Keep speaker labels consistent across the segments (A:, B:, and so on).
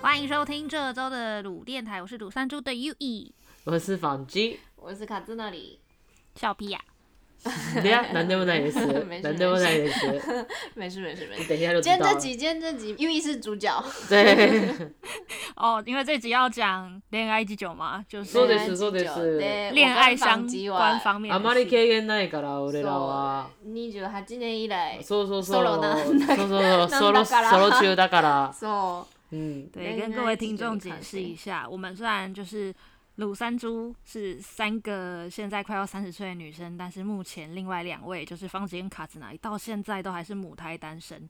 A: 欢迎收听这周的鲁电台，我是鲁山猪的 U E
B: 我是仿鸡，
C: 我是卡兹那里，
A: 笑屁呀、
B: 等一 下男对不男也是
C: 没，事
B: 男对不男也是，
C: 没事没事没
B: 你
C: 事。
B: 等一下就
C: 今
B: 知
C: 天
B: 道
C: 这
B: 了。
C: 集，今天这集，因为是主角，
B: 对，
A: 哦，因为这集要讲恋爱技巧嘛，就是
B: そうですそうです
C: で
A: 恋爱相
C: 我
A: 关
C: 跟房吉は
A: 方面
B: あまり
A: 的事。
B: 経験ないから俺らは。
C: 28年以来、
B: そうそうそ
C: ソロ
B: う。
C: な
B: そうそうそう。ソロ
C: なんだから
B: ソロ中だから。
C: そ
B: 嗯，
A: 对，
C: 恋
A: 跟
C: 爱
A: 各位听众
C: 技巧
A: 解
C: 的
A: 释
C: 事
A: 一下，我们虽然就是鲁山猪是三个现在快要三十岁的女生，但是目前另外两位就是方吉跟卡子娜到现在都还是母胎单身。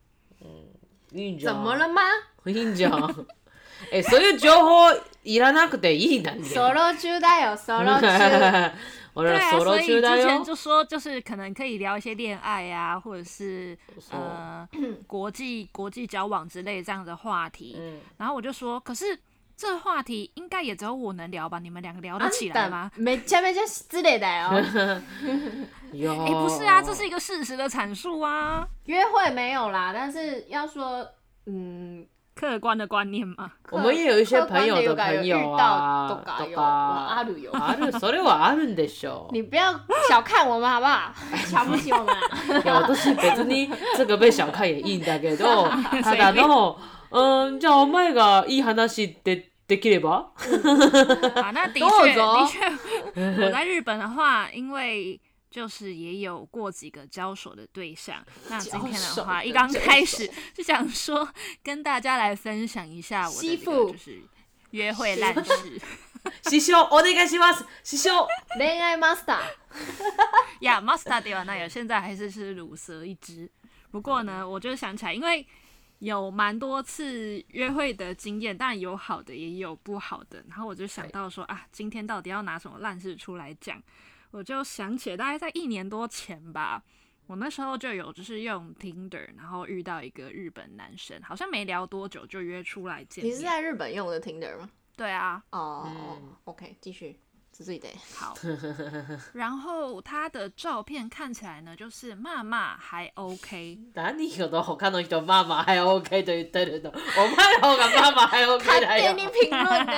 B: いいん
C: う。
B: じゃ
C: 怎
B: ん。
C: 么了吗？
B: いいんじゃん。 え、そういう情報いらなくていいんだね。
C: ソロ中だよ、ソ ロ中。
B: 俺
A: 对
B: ら
A: 啊，
B: ソロ
A: 所以
B: 中
A: 之
B: だ
A: 前
B: よ。
A: 就说，就是可能可以聊一些恋爱啊，或者是
B: そう
A: 呃国际国际交往之类这样的话题。
B: 嗯
A: 然后我就说，可是这话题应该也只有我能聊吧？你们两个聊
C: あ
A: 得
C: ん
A: 起来
C: た
A: 吗？
C: めちゃめちゃ失礼 だよ。
B: いやー。
A: 哎、不是啊，这是一个事实的阐述啊，
C: 约会没有啦，但是要说，嗯，
A: 客观的观念嘛。
B: 我们也有一些
C: 客
B: 朋
C: 观
B: 友
C: 的有
B: 的
C: 感有
B: 朋
C: 遇
B: 友
C: 到
B: 啊，
C: とか
B: と
C: 有
B: か。
C: あ るよ。
B: ある、それはあるんでしょう。
C: 你不要小看我们好不好？瞧不起我们啊。
B: いや私別に这个被小看也いいんだけどただのうんじゃあお前がいい話でできれば
A: 啊，那的
C: 跟我
A: 确，
C: 走
A: 的确，我在日本的话，因为就是也有过几个交手的对象。那今天
B: 交手
A: 的话，一
B: 的
A: 刚
B: 交
A: 开
B: 手
A: 始就想说跟大家来分享一下我的
C: 吸
A: 这个
C: 附
A: 就是约会烂事
B: 師匠お願いします師匠
C: 恋爱 master，
A: 呀，Master 对吧？那有现在还是是乳蛇一只。不过呢，我就想起来，因为有蛮多次约会的经验，当然有好的也有不好的。然后我就想到说啊，今天到底要拿什么烂事出来讲？我就想起了大概在一年多前吧，我那时候就有就是用 Tinder，然后遇到一个日本男生，好像没聊多久就约出来见
C: 你是
A: 面。
C: 在日本用的 Tinder 吗？
A: 对啊，
C: 哦、
B: 嗯
C: o k 继续，自己得。
A: 好，然后他的照片看起来呢，就是骂骂还 OK，
B: 何よの他の人ママはい OK と言ってるのお前の方がママはい OK
C: 他
B: だ
C: 给
B: よ
C: 你评论的，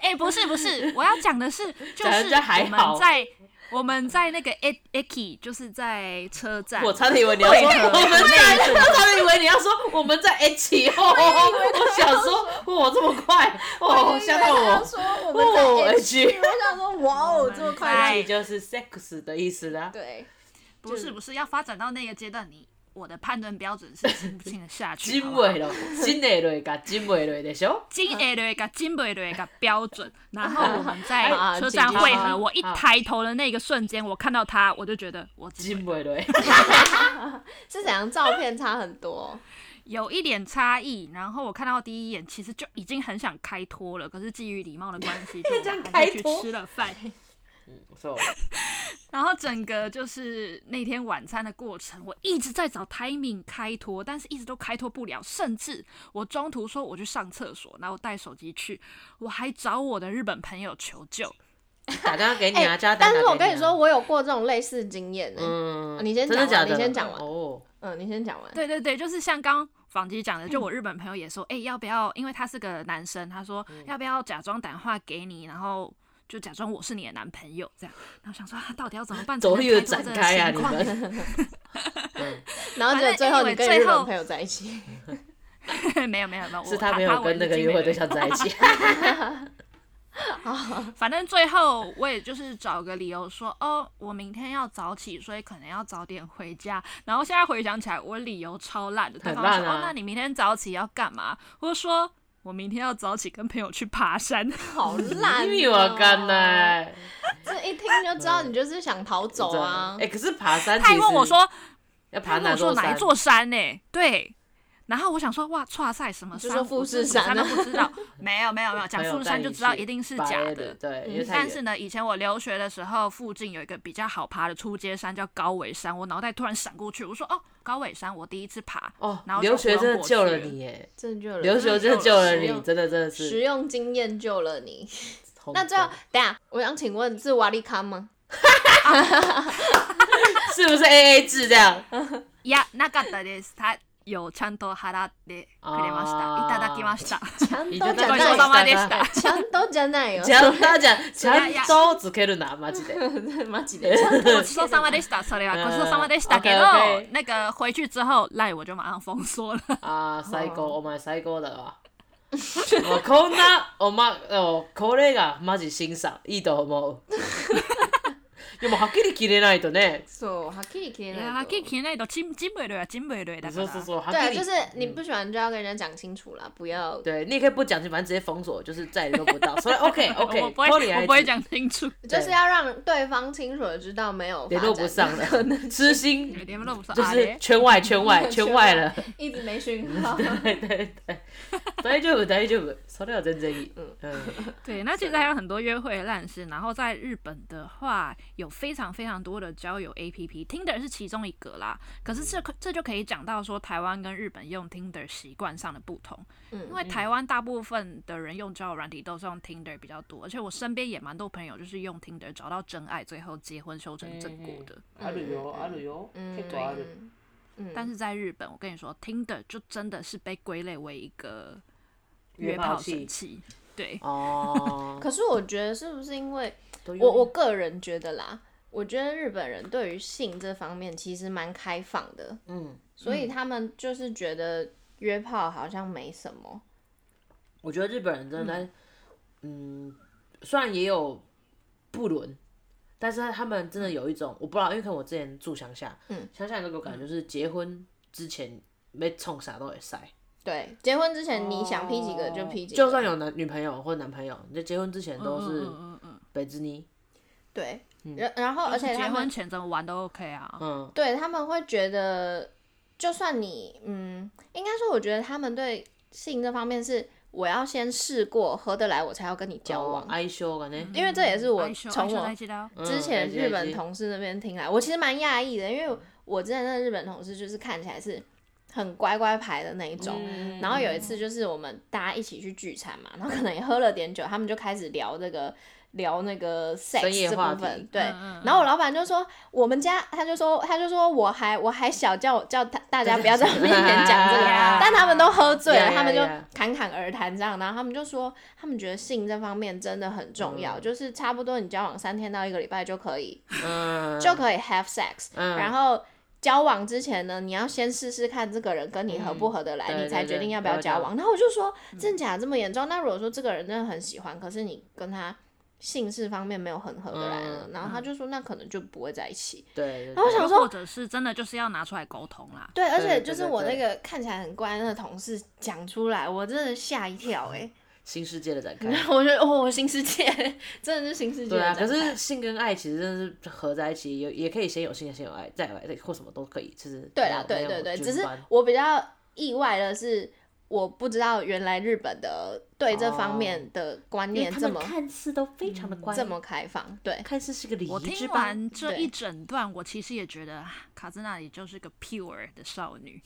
A: 哎、不是不是，我要讲的 是，就
B: 讲
A: 是
B: 人家还
A: 我
B: 好
A: 们在我们在那个 A Aki，就是在车站
B: 我差点以为你要说
A: 对
B: 我们在，我差点以为你要说我们在 H 哦，我想说哇这么快 哦吓到
C: 我以为他
B: 我，
C: 说我们在
B: 哦
C: H，
B: H
C: 我想说哇哦，这么快
A: 在
B: 也就是 sex 的意思啦
C: 就。对，
A: 不是不是要发展到那个阶段，你我的判断标准 是听不听得下去。
B: ジ
A: 好
B: ン
A: 不好
B: エロ、ジンエロがジンエロでしょ。
A: 金 A 的一个金北的一个标 准，然后我们在
C: 啊
A: 车站
C: 紧急
A: 汇
C: 啊
A: 合，我一
B: 啊
A: 抬头的那个瞬间，我看到他，我就觉得我
B: ジ
A: 金
B: ンエロ。
C: 是怎样照片差很多，
A: 有一点差异。然后我看到第一眼，其实就已经很想开脱了，可是基于礼貌的关系，就
B: 这样
A: 我还是
B: 开
A: 去
B: 脱
A: 吃了饭。
B: そう。
A: 然后整个就是那天晚餐的过程，我一直在找 timing 开脱，但是一直都开脱不了，甚至我中途说我去上厕所，然后带手机去，我还找我的日本朋友求救。
B: 打电话给你啊，叫他打
C: 哎但
B: 电
C: 是
B: 话给
C: 我跟你说，
B: 啊，
C: 我有过这种类似经验欸呢、
B: 嗯，
C: 你先
B: 真的
C: 讲
B: 假
C: 完
B: 的？
C: 你先讲完
B: 哦，
C: 嗯，你先讲完。
A: 对对对，就是像刚纺机讲的，
B: 嗯
A: 就我日本朋友也说，哎、要不要？因为他是个男生，他说
B: 嗯
A: 要不要假装打电话给你，然后。就假装我是你的男朋友这样，然后想说他、啊、到底要怎么办才能
B: 走
A: 开
B: 运
A: 脱
B: 展
A: 这个
B: 开啊，
A: 情
B: 你
A: 况？
B: 们。
C: 然后就最
A: 反
C: 后
A: 正
C: 你
A: anyway，
C: 跟
A: 最
C: 日
A: 后
C: 本朋友在一起，
A: 没有没 有没有，我
B: 是他没有跟那个约会对象在一起。
A: 反正最后我也就是找个理由说，哦，我明天要早起，所以可能要早点回家。然后现在回想起来，我理由超烂的。对
B: 很
A: 方说，
B: 烂啊
A: 哦，那你明天早起要干嘛？我就说我明天要早起跟朋友去爬山。
C: 好烂、啊
B: 意味わかん
C: 呢。
B: ない。
C: 这一听就知道你就是想逃走啊！
B: 哎，可是爬山，
A: 他还问我，说，
B: 要
A: 他
B: 爬
A: 跟
B: 哪
A: 我说哪一
B: 山？
A: 座山呢、对。然后我想说，哇，歘塞什么
C: 就
A: 山？
C: 说富
A: 我
C: 士
A: 是什么
C: 山
A: 都
C: 啊
A: 不知道。没有没有没有，讲
B: 没有
A: 富士山
B: 带
A: 就
B: 你
A: 知道
B: 去
A: 一定是
B: 白
A: 假
B: 的
A: 的。嗯
B: 对，因为太
A: 但
B: 远
A: 是呢，以前我留学的时候，附近有一个比较好爬的出街山叫高尾山，我脑袋突然闪过去，我说哦，高尾山我第一次爬，
B: 哦
A: 然，后就
B: 留学真
A: 不用
B: 的
A: 过
B: 救
A: 去
B: 了
A: 了
B: 你耶，
C: 这就
B: 留学真的救了你，真的真的
C: 实
B: 是。
C: 用经验救了你。
B: 哦
C: 那最后，等一下我想请问是瓦利康吗？
B: 是不是 A A 制这样？
A: 呀，那个的他有ちゃんと払ってく
B: 哦
A: れま
B: あー
A: した。いただきま した。
C: ちゃんとじゃ
A: ごち
C: な
A: そうさま
C: い。
A: でした。
C: ちゃんとじゃないよ。
B: ちゃん とじゃ、ち
A: れい
B: ゃ
A: や
B: んとつけるな、マジ で。
C: マジで。ちゃんと
A: ごちそうさまでした。それは
B: 嗯
A: ごちそうさまでしたけど
B: OK，OK，
A: 那个回去之后，赖我就马上封锁了。
B: あー、最高、お前最高だわ。もうこんな、おま、おこれがマジ審査、いいと思う。でもはっきり切れないとね。
C: そう、はっきり切れ
A: い
C: ないと。
A: やはっきり聞いないと金金美女啊，金美女だか
B: そうそう
A: ら。
B: そう、はっ
C: 对啊，
B: きり。
C: 就是你不喜欢就要跟人家讲清楚啦，不要
B: 对，你也可以不讲，就反正直接封锁，就是再也录不到。所以 OK
A: 我
B: OK，
A: 不会，
B: 脱离
A: 我
B: 埃
A: 不会
B: 及，
A: 讲清楚，
C: 就是要让对方清楚的知道没有
B: 联络不上
C: 可能
B: 了，痴心
A: 连络不上。
B: 就
A: 啊
B: 是
A: 嘞
B: 圈外圈外圈外 了。
C: 一直没讯 号。
B: 对对对，大丈夫大丈夫，それは全然いい。
C: 嗯
B: 嗯，
A: 对，那其实还有很多约会的烂事。然后在日本的话，有非常非常多的交友 APP，Tinder 是其中一个啦。可是这这就可以讲到说，台湾跟日本用 Tinder 习惯上的不同。因
C: 嗯，
A: 为台湾大部分的人用交友软体都是用 Tinder 比较多，而且我身边也蛮多朋友就是用 Tinder 找到真爱，最后结婚修成正果的。
B: あるよあるよ、結構ある。
C: 嗯
A: 但是在日本，我跟你说，Tinder 就真的是被归类为一个
B: 约
A: 约
B: 炮
A: 炮
B: 器
A: 神器。对，
B: 哦，
C: 可是我觉得是不是因为
B: 都有
C: 我我个人觉得啦，我觉得日本人对于性这方面其实蛮开放的，
B: 嗯，
C: 所以他们就是觉得约炮好像没什么。
B: 我觉得日本人真的在，嗯，虽然也有不伦，但是他们真的有一种我不知道，因为可能我之前住乡下，
C: 嗯，
B: 乡下有个感觉就是结婚之前没冲啥都会塞。
C: 对，结婚之前你想劈几个就劈几
B: 嗯
C: 个，
B: 就算有男女朋友或男朋友，你在结婚之前哦都是
A: 嗯嗯嗯
B: 北之妮，
C: 对，然然后而且
A: 结
C: 他
A: 婚
C: 们
A: 前怎么玩都 OK 啊。
B: 嗯，
C: 对他们会觉得，就算你嗯，应该说我觉得他们对性这方面是我要先试过合得来我才要跟你交
B: 交
C: 往，
B: 往哀羞感觉，
C: 因为这也是我
A: 爱羞爱
C: 从
A: 羞
C: 我
A: 在一起的哦
B: 嗯
C: 之前日本，
B: 哀羞
C: 同事那边听来，我其实蛮讶异的，因为我之前那日本同事就是看起来是很乖乖牌的那一种。
B: 嗯
C: 然后有一次就是我们大家一起去聚餐嘛，然后可能也喝了点酒，他们就开始聊这个聊那个
B: 深夜
C: sex 这
B: 话
C: 部分
B: 题，
C: 对。
A: 嗯嗯
C: 然后我老板就说我们家，他就说他就说我还我还小，叫我叫他大家不要在我面前讲这个
B: Yeah.，
C: 但他们都喝醉了
B: Yeah,
C: 他们
B: yeah, yeah.
C: 就侃侃而谈这样，然后他们就说他们觉得性这方面真的很重要，
B: 嗯
C: 就是差不多你交往三天到一个礼拜就可以
B: 嗯，
C: 就可以 have sex，、
B: 嗯
C: 然后交往之前呢，你要先试试看这个人跟你合不合得来，
B: 嗯对
C: 你
B: 对
C: 才
B: 对嗯
C: 决定要不要交往。然后我就说，真假这么严重？那如果说这个人真的很喜欢，可是你跟他性事方面没有很合得来呢？
B: 嗯
C: 然后他就说，那可能就不会在一起。
B: 对，
C: 然后我想说
A: 或者是真的就是要拿出来沟通啦。
C: 对，而
B: 对
C: 且
B: 对
C: 就是
B: 对
C: 我那
B: 对
C: 个看起来很乖的同事讲出来，我真的吓一跳哎、
B: 新世界的展开，
C: 然 后我就哦，新世界， 真的是新世界
B: 对
C: 的
B: 啊，
C: 展
B: 可
C: 开。
B: 是性跟爱其实真的是合在一起，也也可以先有性先有爱，再有爱或什么都可以，其实
C: 对
B: 没
C: 啦
B: 有，
C: 对
B: 没
C: 对
B: 有
C: 对，
B: 均
C: 只是
B: 班
C: 我比较意外的是，我不知道原来日本的对这方面的观
B: 哦因为
C: 念
B: 他
C: 这
B: 们哦
C: 么、嗯
B: 看似都非常的乖，
C: 这么开放。对，
B: 看似是个礼
A: 我
B: 仪之
A: 听
B: 邦，哦
A: 完这
C: 对
A: 一整段，我其实也觉得啊卡兹那里就是个 pure 的少女。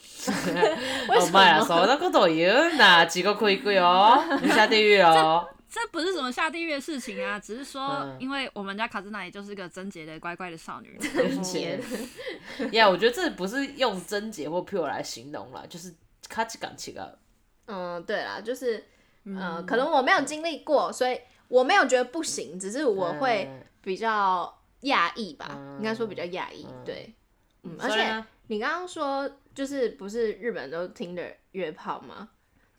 C: 为
B: お
C: 什
B: 前ら
C: 么？
B: そんなこと言うな、地獄行くよ、你下地狱 哦。
A: 这不是什么下地狱的事情啊，只是说
B: 嗯，
A: 因为我们家卡兹那里就是个贞洁的乖乖的少女。
B: 贞 洁。呀，我觉得这不是用贞洁或 pure 来形容啦，就是価値観違う。
C: 嗯，对啦，就是
B: 嗯
C: 呃，可能我没有经历过，所以我没有觉得不行，只是我会
B: 嗯
C: 比较讶异吧，
B: 嗯
C: 应该说比较讶异。对，嗯，而
B: 所以
C: 且
B: 呢
C: 你刚刚说就是不是日本都听着约炮吗？
B: 嗯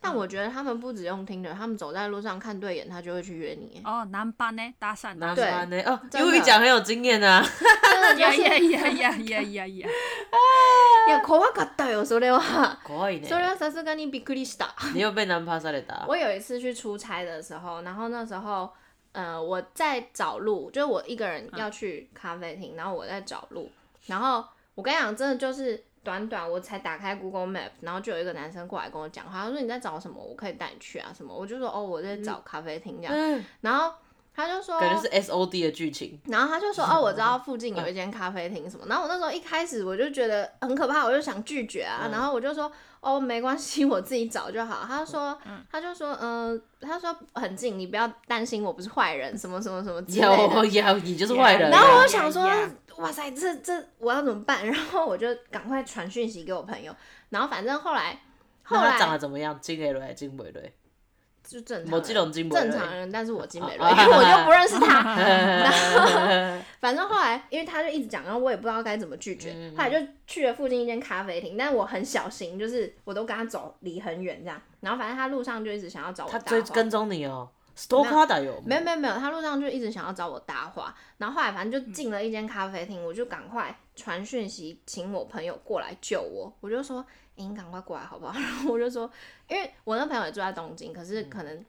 C: 但我觉得他们不只用听着，他们走在路上看对眼，他就会去约你。
A: 哦，南班呢，搭讪
B: 那
A: 的。
C: 对
B: 么呢？哦，
C: 真
B: 因
C: 的
B: 为讲很有经验啊。
A: 呀呀 呀呀呀呀呀！
C: いや怖かったよそれは。
B: 怖いね
C: そ。れはさすがにびっくりした。
B: 你又被男趴された？
C: 我有一次去出差的时候，然后那时候，呃，我在找路，就是我一个人要
B: 嗯
C: 去咖啡厅，然后我在找路，然后我跟你讲，真的就是短短，我才打开 Google Map，然后就有一个男生过来跟我讲话，他说你在找什么，我可以带你去啊什么，我就说哦我在找咖啡厅这样，
B: 嗯，
C: 然后他就说
B: 感觉是 S O D 的剧情。
C: 然后他 就说：“哦，我知道附近有一间咖啡厅什么。”然后我那时候一开始我就觉得很可怕，我就想拒绝
B: 嗯
C: 啊。然后我就说：“哦，没关系，我自己找就好。”他就说：“他就说，嗯、他说很近，你不要担心，我不是坏人，什么什么什么之类
B: 有
C: 的。
B: 有，你就是坏人啊。
C: 然后我
A: 呀
C: 想说
A: 呀呀，
C: 哇塞，这这我要怎么办？然后我就赶快传讯息给我朋友，然后反正后来后
B: 那他长
C: 来
B: 得怎么样？金磊蕊、金伟蕊，
C: 就正常
B: 某几
C: 人，
B: 种金伟
C: 正
B: 蕊。
C: 常人，但是我金美瑞，
B: 啊
C: 因
B: 啊
C: 为我就不认识他，
B: 然后
C: 反正后来，因为他就一直讲，然后我也不知道该怎么拒
B: 嗯
C: 绝，后来就去了附近一间咖啡厅，但我很小心，就是我都跟他走离很远这样，然后反正他路上就一直想要找我
B: 他
C: 搭
B: 追
C: 话，
B: 跟踪你哦，stalker だよ。
C: 没有没有没有，他路上就一直想要找我搭话，然后后来反正就进了一间咖啡厅，我就赶快传讯息请我朋友过来救我，我就说，诶你赶快过来好不好？然后我就说，因为我那朋友也住在东京，可
A: 嗯
C: 是可能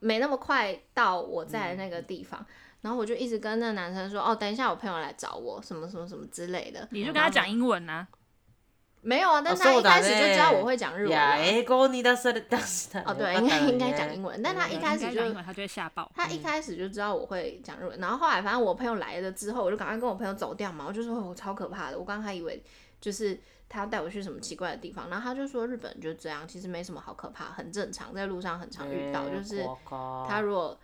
C: 没那么快到我在的那个地方。然后我就一直跟那个男生说，哦，等一下我朋友来找我，什么什么什么之类的。
A: 你就跟他讲英文啊，
C: 没有啊，但是他
B: そう
C: 一
B: だね
C: 开始就知道我会讲
B: い
C: 日文
B: や、
C: 啊。
B: 英語に出され出したね
C: 哦，对，
B: よ
C: 应
B: かっ
C: 该
B: たのにね
C: 应该讲英文，但他一开
A: 应
C: 始
A: 该
C: 就
A: 讲英文他就会吓爆。
B: 嗯
C: 他一开始就知道我会讲日文，然后后来反正我朋友来了之后，我就赶快跟我朋友走掉嘛，我就说我、哦超可怕的，我刚还以为就是他要带我去什么奇怪的地方，然后他就说日本就这样，其实没什么好可怕，很正常，在路上很常遇到，
B: えー
C: 就是
B: 怖か
C: 他如果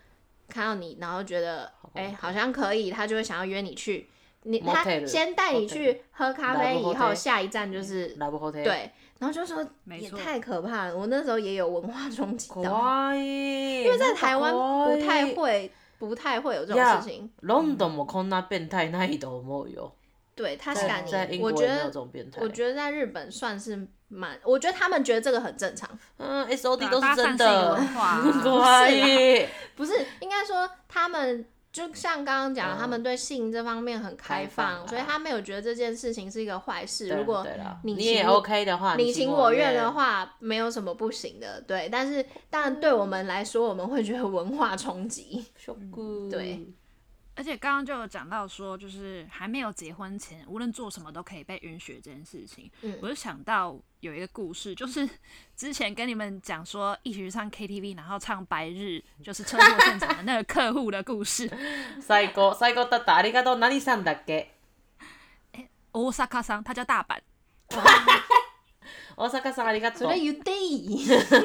C: 看到你，然后觉得哎、好像可以，他就会想要约你去，你他
B: Motel
C: 先带你去喝咖啡，以
B: Love
C: 后
B: hotel 嗯
C: 下一站就是
B: ラブホテル。
C: 对，然后就说
A: 没
C: 也
A: 错
C: 太可怕了，我那时候也有文化冲击到。
B: 怖い。
C: 因为在台湾
B: なんか
C: 不
B: 怖
C: 太
B: い
C: 会，不太会有这
B: 呀
C: 种事情。
B: ロンドンもこんな变態ないと思うよ。
C: 对，他是
B: 在
C: 感
B: 在英
C: 我
B: 国
C: 觉
B: 也没有这
C: 得，
B: 种变态
C: 我。觉得在日本算是蛮，我觉得他们觉得这个很正常，
B: 嗯，S O
A: 对
B: D
A: 啊
B: 都
A: 搭
B: 是
A: 讪
B: 真
A: 是一个
B: 的
A: 文，化啊，
B: 怖い。
C: 不是应该说他们就像刚刚讲的，
B: 嗯
C: 他们对性这方面很开
B: 开放
C: 放，
B: 啊
C: 所以他没有觉得这件事情是一个坏事。
B: 对
C: 如果
B: 对啦
C: 你
B: 你
C: 情
B: 也
C: 我
B: OK 的话，
C: 你
B: 情
C: 情
B: 我
C: 我愿的，话，没有什么不行的，对。但是，当然对我们来说，我们会觉得文化冲击。对，
A: 而且刚刚就有讲到说，就是还没有结婚前，无论做什么都可以被允许这件事情。
C: 嗯
A: 我就想到有一个故事，就是 之前跟你们讲说一起去唱 KTV，然后唱《白日》，就是车祸现场的那个客户的故事。
B: 最高最高だったありがとう何さんだっけ？
A: 大阪桑，他叫大阪。
B: 大阪さんありがと。
C: そうれ言っていい 言わな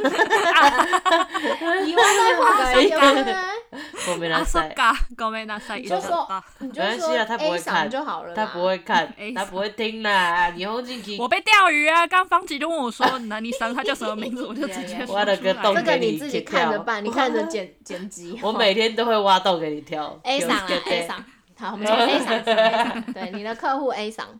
C: い方がいいよ言わない
B: ごめん
A: 啊，
B: な
A: そ
B: さ
A: っ
B: い。
A: か，ごめんなさい。
C: 你就说，你就
B: 没关
C: 说
B: 系啊他不
C: A
B: 会
C: 赏
B: 看
C: 就好了啦。
B: 他不会看
A: A，
B: 他不会听啦。日本人聞い
A: 我被钓鱼啊！刚方吉就问我说：“那你桑他叫什么名字？”我就直接说
B: 我的
A: 出
B: 个
A: 来
B: 洞
C: 这
A: 了。
C: 个你自己看着办，
B: 给
C: 你
B: 你
C: 看着剪剪辑。
B: 我每天都会挖洞给你跳。
C: A 赏啊
B: 気をつけ
C: A
B: て
C: 赏， 好，我们从 A 赏 A 赏，对你的客户 A 赏，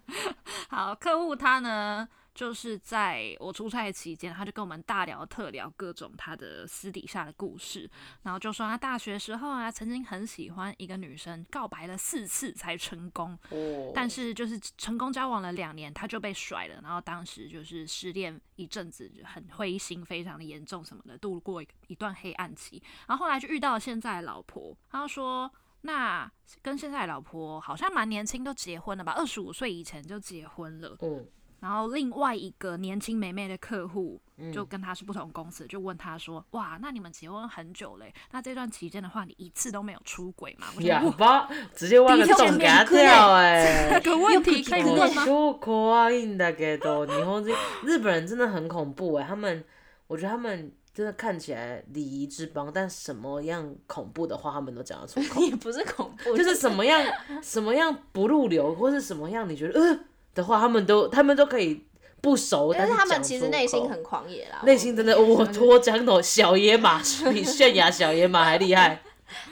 A: 好，客户他呢，就是在我出差期间，他就跟我们大聊特聊各种他的私底下的故事，然后就说他大学时候啊，曾经很喜欢一个女生，告白了四次才成功，
B: 哦
A: 但是就是成功交往了两年，他就被甩了，然后当时就是失恋一阵子，就很灰心，非常的严重什么的，度过一一段黑暗期。然后后来就遇到了现在的老婆，他就说。那跟现在的老婆好像蛮年轻，都结婚了吧？二十五岁以前就结婚了。
B: 嗯
A: 然后另外一个年轻美妹的客户就跟他是不同公司，就问他说：“哇，那你们结婚很久嘞？那这段期间的话，你一次都没有出轨吗？”我想
B: や
A: 哇，
B: ば直接挖个洞给他跳哎、
A: 这个问题可以
B: 我啊
A: 问吗？
B: 超怖いんだけど，日本人、日本人真的很恐怖哎、他们，我觉得他们真的看起来礼仪之邦，但什么样恐怖的话他们都讲得 出口，
C: 也不是恐怖，
B: 就是什么样什么样不入流，或是什么样你觉得呃的话，他们都他们都可以不熟，
C: 但
B: 但
C: 是
B: 是
C: 他们
B: 讲
C: 其
B: 出
C: 实内心
B: 口
C: 很狂野啦，
B: 内心真的，我脱缰头小野马比泫雅小野马还厉 害，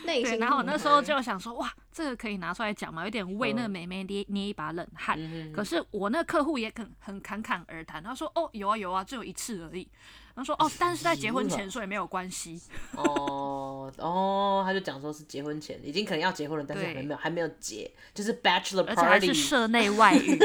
C: 内
A: 对，
C: 心。
A: 然后我那时候就想说，哇，这个可以拿出来讲嘛，有点为那个美妹捏捏一把冷汗。可是我那客户也很很侃侃而谈，他说，哦，有啊有啊，只有一次而已。然后说，哦，但是在结婚前，所以没有关系。
B: 哦哦，他就讲说是结婚前已经可能要结婚了，但是还
A: 对
B: 没有还没有结，就是 bachelor
A: 而且还
B: party，
A: 是社内外遇。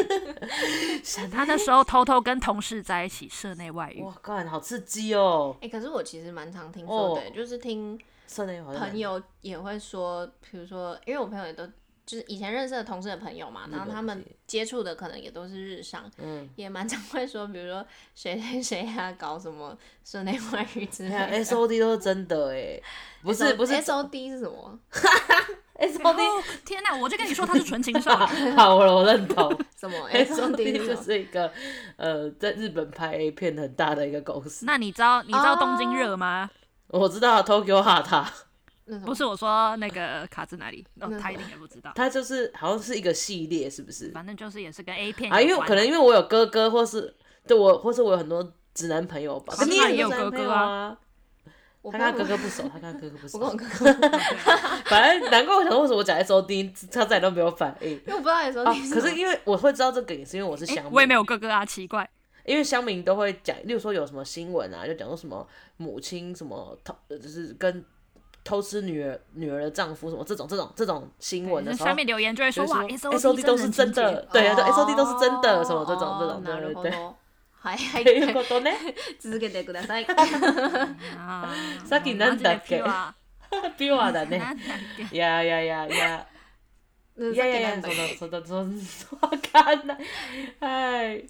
A: 他那时候偷偷跟同事在一起，社内外遇。
B: 哇，干好刺激哦！
C: 哎，可是我其实蛮常听说的，
B: 哦
C: 就是听
B: 社内好像
C: 朋友也会说，比如说，因为我朋友也都就是以前认识的同事的朋友嘛，然后他们接触的可能也都是日商，
B: 嗯，
C: 也蛮常会说，比如说谁谁谁啊，搞什么室内外语之类
B: 你看
C: 的。
B: S O D 都是真的哎，不是不是
C: S O D 是什么？
B: S
A: 然
B: O
A: 后
B: D，
A: 天哪，我就跟你说他是纯情少 女。
B: 好了，我认同
C: 什么 S
B: S
C: O
B: O D
C: D 是
B: 就
C: 什么？
B: 是一个呃，在日本拍 A 片很大的一个公
A: 哦
B: 司，
A: 那你知道你知道东京热吗？
B: 啊我知道 Tokyo Hot，
C: 那种
A: 不是我说那个卡在哪里，哦
C: 那，
A: 他一定也不知道。
B: 它就是好像是一个系列，是不是？
A: 反正就是也是跟 A 片
B: 啊，因
A: 有
B: 为
A: 关
B: 可能因为我有哥哥，或是对我，或是我有很多直男朋友吧。
A: 可是
B: 你
A: 他也
B: 有
A: 有哥哥
B: 啊
A: 啊。
C: 我
B: 他跟
C: 跟
B: 他哥
C: 我
B: 哥不熟，他跟他哥哥不熟
C: 我。跟我哥哥， 因
B: 反正难怪我想说为什么我讲 S O D，他再也都没有反应。
C: 为我不知道你说
B: 啊
C: 你是，
B: 可是因为我会知道这个，也是因为我是
A: 诶
B: 乡民，
A: 我也没有哥哥啊，奇怪。
B: 因为乡民都会讲，例如说有什么新闻啊，就讲说什么母亲什么偷，呃就是跟偷吃女儿女儿的丈夫什么这种这种这种新闻的
A: 那
B: 时候
A: 下，面留言就会说
B: 就是
A: 哇
B: 说
A: S
B: S O D 都是真的，对啊，对 S O D 都是真
C: 哦
B: 的，什么这种这种，
C: なる
B: 对
C: ほ
B: 对
C: ど
B: 对。
C: はいは
B: という
C: い。
B: ことね。
C: 続けてください。
A: 啊。
B: さっきなんだっけ
A: マジでピュア
B: ピュアだ
A: な
B: ね。
A: んだっけ
B: いやいやいやいや。
C: い
B: いやいやいや、その、その、その、わかんない。はい。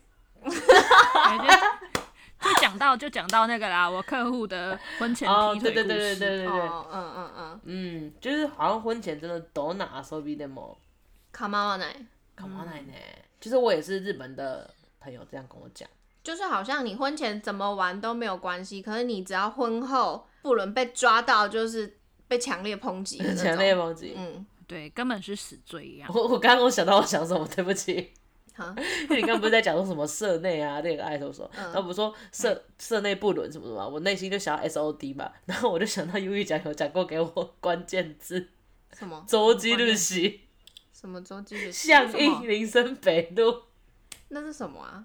A: 感觉就讲到就讲到那个啦，我客户的婚前
B: 哦，
A: 劈
B: 对
A: 腿
B: 对
A: 故事。
B: 对对对对对，
C: 哦，嗯嗯嗯，
B: 嗯，就是好像婚前真的都哪遊びでも
C: 構わない。
B: 構わ
C: 嗯
B: ないね。就是我也是日本的朋友这样跟我讲，
C: 就是好像你婚前怎么玩都没有关系，可是你只要婚后不伦被抓到，就是被强烈抨击的那 种。
B: 强烈抨击。
C: 嗯，
A: 对，根本是死罪一样。
B: 我我刚刚我想到我想什么，对不起，
C: 好，
B: 因为你刚刚不是在讲说什么社内啊恋爱什么什
C: 嗯
B: 么，然后不是说社社内不伦什么什么嘛，我内心就想要 S O D 嘛， 然后我就想到忧郁讲有讲过给我关键字
C: 什么
B: 周记日期。
C: 什么周记的？
B: 象印林森北路，
C: 那是什么啊？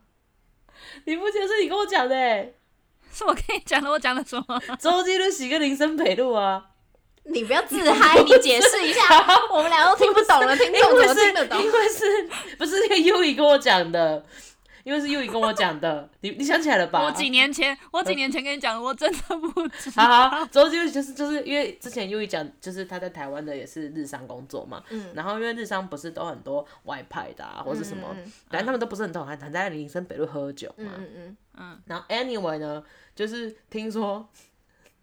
B: 你不觉得是你跟我讲的、 欸？
A: 是我跟你讲的，我讲的什么？
B: 周记日期跟林森北路啊，
C: 你不要自嗨，你解释一下，我们俩都听不懂了，听
B: 因
C: 众
B: 为
C: 怎么
B: 是
C: 听得懂？
B: 因为是不是那个优怡跟我讲的？因为是优怡跟我讲的，你你想起来了吧？
A: 我几年前，我几年前跟你讲的，我真的不知道。
B: 好好，周记日期就是就是因为之前优怡讲，就是他在台湾的也是日商工作嘛，
C: 嗯
B: 然后因为日商不是都很多外派的啊，或是什么，
C: 嗯嗯嗯
B: 反正他们都不是很懂，还还在林森北路喝酒嘛，
C: 嗯嗯嗯，
A: 嗯，
B: 然后 anyway 呢，就是听说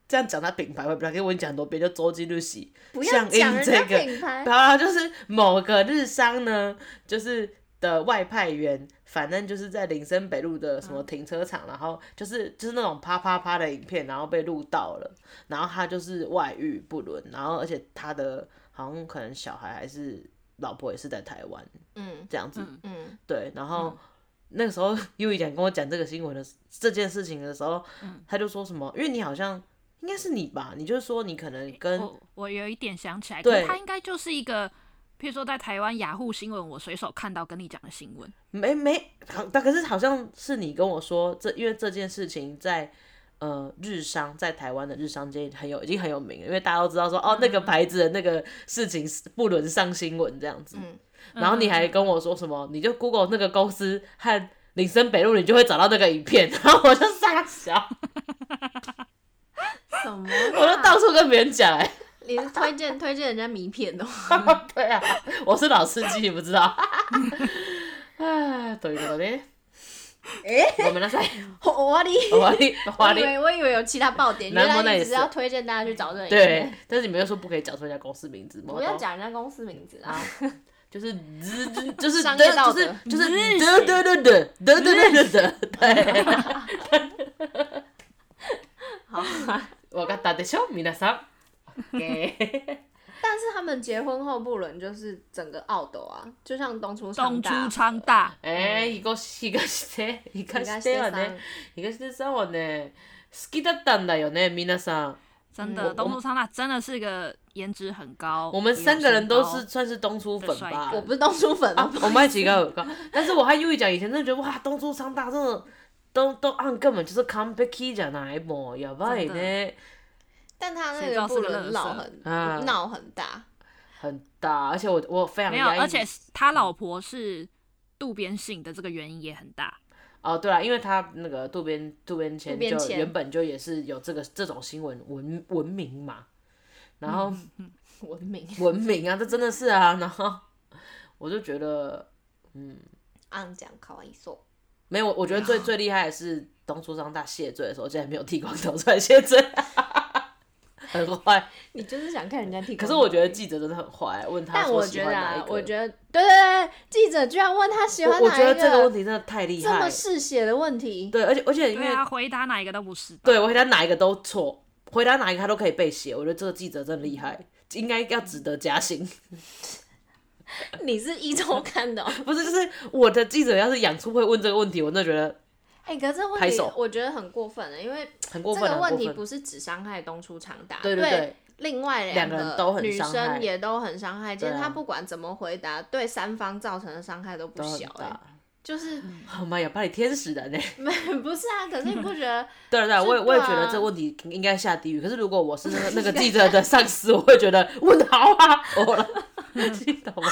B: 这样讲他品牌会不要跟我讲很多遍，就周记日喜，
C: 不要
B: 响
C: 讲
B: 应
C: 人
B: 这
C: 家
B: 个，
C: 品牌。
B: 然后就是某个日商呢，就是的外派员，反正就是在林森北路的
A: 嗯
B: 什么停车场，然后就是就是那种啪啪啪的影片，然后被录到了，然后他就是外遇不伦，然后而且他的好像可能小孩还是老婆也是在台湾
C: 嗯
B: 这样子，
A: 嗯
C: 嗯，
B: 对，然后、 那个时候优一讲跟我讲这个新闻的这件事情的时候，
A: 嗯
B: 他就说什么，因为你好像应该是你吧，你就是说你可能跟
A: 我哦我有一点想起来，
B: 对
A: 可是他应该就是一个，譬如说在台湾雅虎新闻，我随手看到跟你讲的新闻。
B: 没没好，但可是好像是你跟我说这，因为这件事情在。呃，日商在台湾的日商界很有，已经很有名了，因为大家都知道说，哦，那
C: 嗯
B: 个牌子的那个事情是不伦上新闻这样子。
C: 嗯
B: 然后你还跟我说什么，你就 Google 那个公司和林森北路，你就会找到那个影片。 然后我就傻笑，
C: 什么？
B: 我就到处跟别人讲、哎，
C: 嗯 你是推荐推荐人家名片哦 的吗？
B: 对啊，我是老司机，你不知道。 哎，ということで、
C: 哎，
B: ごめんなさい。
C: 我啊我的。
B: 終わり、終
C: 我
B: わ
C: 以
B: り。
C: 为我以为有其他爆点，
B: 啊南
C: 原
B: 摩那
C: 来
B: 也
C: 你
B: 是
C: 只要推荐大家去找这个影
B: 对
C: 片，，
B: 但是你们又说不可以讲出人家公司名字，
C: 네. 不要，讲人家公司名字啊。
B: 就是就是
C: 商业道
B: 就
C: 德
B: 是就是得得得得得得得得，对。
C: 好，
B: わかったでしょ、皆さん。OK，
C: 但是他们结婚后不伦就是整个澳斗啊，就像东出昌
A: 东
C: 大
A: 出昌大，
B: 哎、東東で東ではね、東出さんはね、好きだったんだよね、皆さん。
A: 真
B: 我
A: 的，
B: 嗯我
A: 东出昌大真的是个颜值很高。
B: 我们三个人都是
A: 有身
B: 算是东出粉
A: 帅
B: 吧
A: 哥
C: 我。不是东出粉
B: 啊
C: 啊，，
B: 我们还几个有高，但是我和优一讲，以前真的觉得哇，东出昌大真的都都按根本就是完璧じゃないもうやばいね，
C: 但他那
A: 谁知道
C: 个
A: 是
C: 不
A: 个垃圾
C: 伦闹很
B: 啊
C: 闹很大，
B: 很大，而且我我非常
A: 没有，
B: 压抑
A: 而且他老婆是渡边信的，这个原因也很大。
B: 哦，对了，因为他那个渡边渡边谦
C: 渡边
B: 就
C: 谦
B: 原本就也是有这个这种新闻文文明嘛，然后
C: 文明
B: 文明啊，这真的是啊，然后我就觉得
C: 按讲卡哇伊说，
B: 没有，我觉得最最厉害的是东出昌大谢罪的时候，竟然没有剃光头出来谢罪， 很坏。
C: 你就是想看人家剃
B: 可
C: 光头
B: 是
C: 而已。
B: 我觉得记者真的很坏，问他
C: 但
B: 说
C: 我
B: 喜
C: 觉
B: 欢
C: 得
B: 哪一
C: 啊
B: 个，
C: 我觉得对对对，对记者居然问他喜欢
B: 我我
C: 哪
B: 觉得
C: 一
B: 这个问题真的太厉
C: 这么
B: 害，
C: 嗜血的问题，
B: 对，而且而且因为
A: 啊对啊，回答哪一个都不是。
B: 对我回答哪一个都错，回答哪一个他都可以被写，我觉得这个记者真厉害，应该要值得加薪。
C: 你是一周看 的、哦，
B: 不是，就是我的记者要是养出会问这个问题，我真的觉得
C: 哎、可是这问
B: 拍
C: 题
B: 手
C: 我觉得很过分欸的，因为
B: 很过
C: 这
B: 分啊。
C: 个问
B: 很
C: 题
B: 过分
C: 不是只伤害东出长达，
B: 对
C: 对
B: 对对，
C: 另外
B: 两个人都很
C: 女
B: 伤害
C: 生也都很伤害。其实
B: 对啊
C: 他不管怎么回答，对三方造成的伤害都不
B: 都很
C: 小、欸
B: 大。
C: 就是
B: 好嘛，也把你天使人呢、
C: 没不是啊，可是你不 觉得？
B: 对了对了，
C: 是
B: 我也我也
C: 对啊
B: 觉得这问题应该下地狱。可是如果我是那个那个记者的上司，我会觉得问得好啊，我了，你懂吗？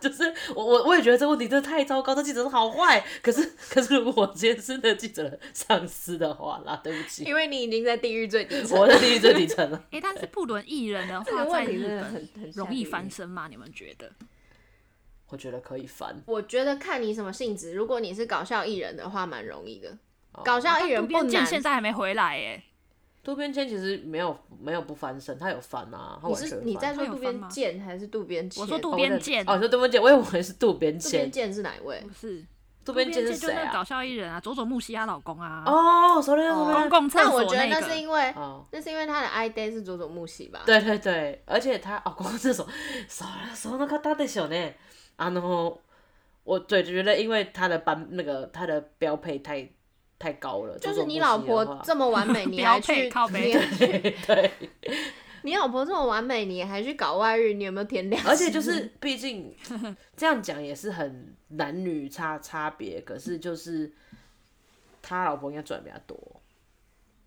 B: 就是我我我也觉得这问题真的太糟糕，这记者是好坏。可是可是如果我今天是那个记者的上司的话啦，对不起，
C: 因为你已经在地狱最底层
B: 我，在地狱最底层啊了。
A: 哎、但是不伦艺人的
C: 这
A: 话，
C: 个
A: 在
C: 问题
A: 日
C: 真的
A: 本
C: 很很
A: 容易翻
C: 身。
A: 身吗？你们觉得？
B: 我觉得可以翻。
C: 我觉得看你什么性质，如果你是搞笑艺人的话，蛮容易的。
B: 哦
C: 搞笑艺人
A: 渡
C: 不
A: 边健
C: 难，
A: 现在还没回来耶、
B: 渡边谦其实没有没有不翻身，他有翻啊，他
C: 你
B: 完全
C: 是
B: 翻
C: 你在
A: 他
C: 说
A: 有
C: 渡
A: 翻
C: 边
A: 吗
C: 健还是渡边
A: 我说
C: 茜
A: 渡
B: 哦
A: 边健
B: 哦，你说渡边健，我以为是渡边
C: 渡边
B: 谦，
C: 健是哪一位
A: 不？是
B: 渡边健是
A: 就
B: 谁
A: 那个搞
B: 啊？
A: 笑艺人啊，佐佐木希他老公啊，
B: 哦，熟练熟
C: 哦
A: 公
B: 练。
A: 共厕
C: 但
A: 所
C: 我觉得那是
A: 个。
C: 因为
B: 哦，
C: 那是因为他的 i day 是佐佐木希吧？
B: 对对对，而且他哦，光这首，そその方でしょうね。あの，我对觉得，因为他的班那个他的标配太太高了，
C: 就
B: 佐
C: 是
B: 佐木
C: 你
B: 希
C: 老
B: 的
C: 婆
B: 话
C: 这么完 美，你还
A: 标
C: 去
A: 配靠
C: 你
A: 背
C: 还去
B: 对，
C: 你老婆这么完美，你还去搞外遇，你有没有天亮？
B: 而且就是，毕竟这样讲也是很男女差差别，可是就是他老婆应该赚比较多。